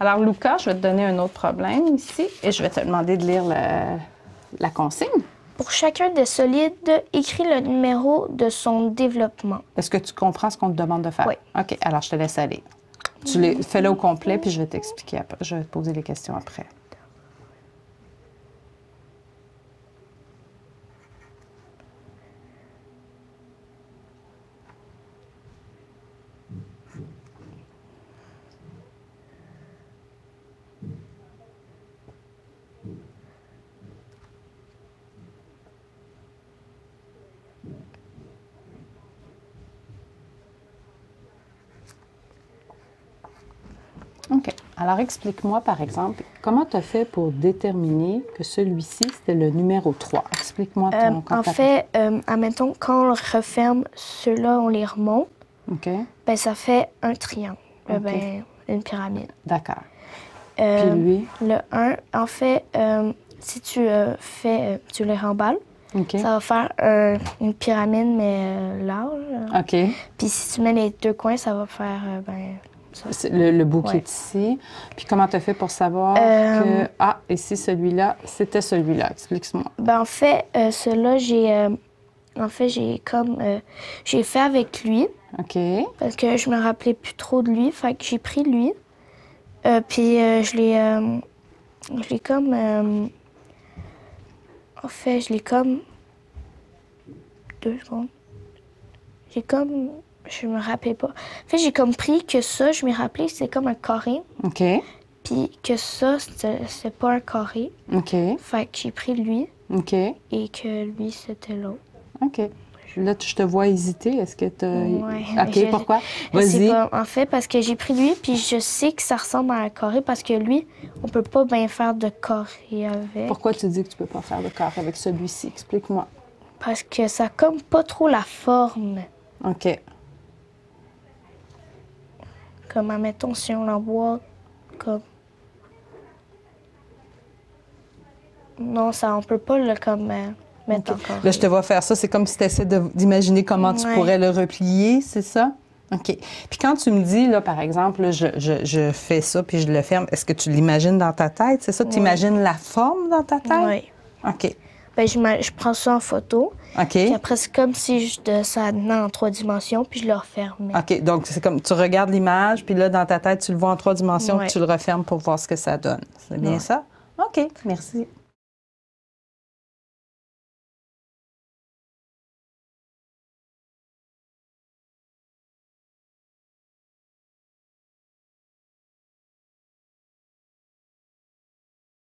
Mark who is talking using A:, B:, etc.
A: Alors, Lucas, je vais te donner un autre problème ici et je vais te demander de lire le- la consigne.
B: Pour chacun des solides, écris le numéro de son développement.
A: Est-ce que tu comprends ce qu'on te demande de faire?
B: Oui.
A: OK, alors je te laisse aller. Tu les- fais-le au complet, puis je vais t'expliquer après. Je vais te poser les questions après. OK. Alors explique-moi, par exemple, comment tu as fait pour déterminer que celui-ci, c'était le numéro 3? Explique-moi
B: Euh,
A: ton
B: en
A: compte à-
B: fait, euh, admettons, quand on le referme, ceux-là, on les remonte,
A: OK,
B: ben, ça fait un triangle, Euh,
A: Ok.
B: ben, une pyramide.
A: d'accord.
B: Euh,
A: Puis lui,
B: le 1, en fait, euh, si tu euh, fais, euh, tu les remballes,
A: OK.
B: ça va faire un- une pyramide, mais euh, large.
A: OK.
B: Puis si tu mets les deux coins, ça va faire, euh, ben,
A: C'est Le, le bout qui
B: Ouais.
A: est ici. Puis comment tu as fait pour savoir
B: Euh,
A: que, ah, ici, celui-là, c'était celui-là. Explique-moi.
B: Ben, en fait, euh, ceux-là, j'ai. euh, en fait, j'ai comme. euh, j'ai fait avec lui,
A: OK.
B: parce que je me rappelais plus trop de lui. Fait que j'ai pris lui. Euh, puis euh, je l'ai. euh, je l'ai comme. euh, en fait, je l'ai comme. Deux secondes. J'ai comme. Je me rappelais pas. En fait, j'ai compris que ça, je me rappelais, c'est comme un carré.
A: OK.
B: Puis que ça, c'était- c'est pas un carré.
A: OK.
B: Fait que j'ai pris lui
A: OK.
B: et que lui, c'était l'autre.
A: OK. Là, tu- je te vois hésiter. Est-ce que tu
B: Ouais,
A: OK,
B: je-
A: pourquoi?
B: C'est
A: Vas-y.
B: pas- en fait, parce que j'ai pris lui, puis je sais que ça ressemble à un carré, parce que lui, on peut pas bien faire de carré avec.
A: Pourquoi tu dis que tu peux pas faire de corps avec celui-ci? Explique-moi.
B: Parce que ça comme pas trop la forme.
A: OK.
B: Comme, admettons, si on l'envoie comme... Non, ça, on peut pas le comme euh, mettre en carré.
A: Là, je te vois faire ça. C'est comme si tu essaies d'imaginer comment tu
B: Ouais.
A: pourrais le replier, c'est ça? OK. Puis quand tu me dis, là, par exemple, là, je, je- je fais ça puis je le ferme, est-ce que tu l'imagines dans ta tête? C'est ça? Tu imagines la forme dans ta tête?
B: Ouais.
A: OK.
B: Ben, je, m'a- je prends ça en photo,
A: OK.
B: puis après, c'est comme si je, de- ça tenait en trois dimensions, puis je le refermais.
A: OK. Donc, c'est comme tu regardes l'image, puis là, dans ta tête, tu le vois en trois dimensions,
B: Ouais.
A: puis tu le refermes pour voir ce que ça donne. C'est bien
B: Ouais.
A: ça? OK. Merci.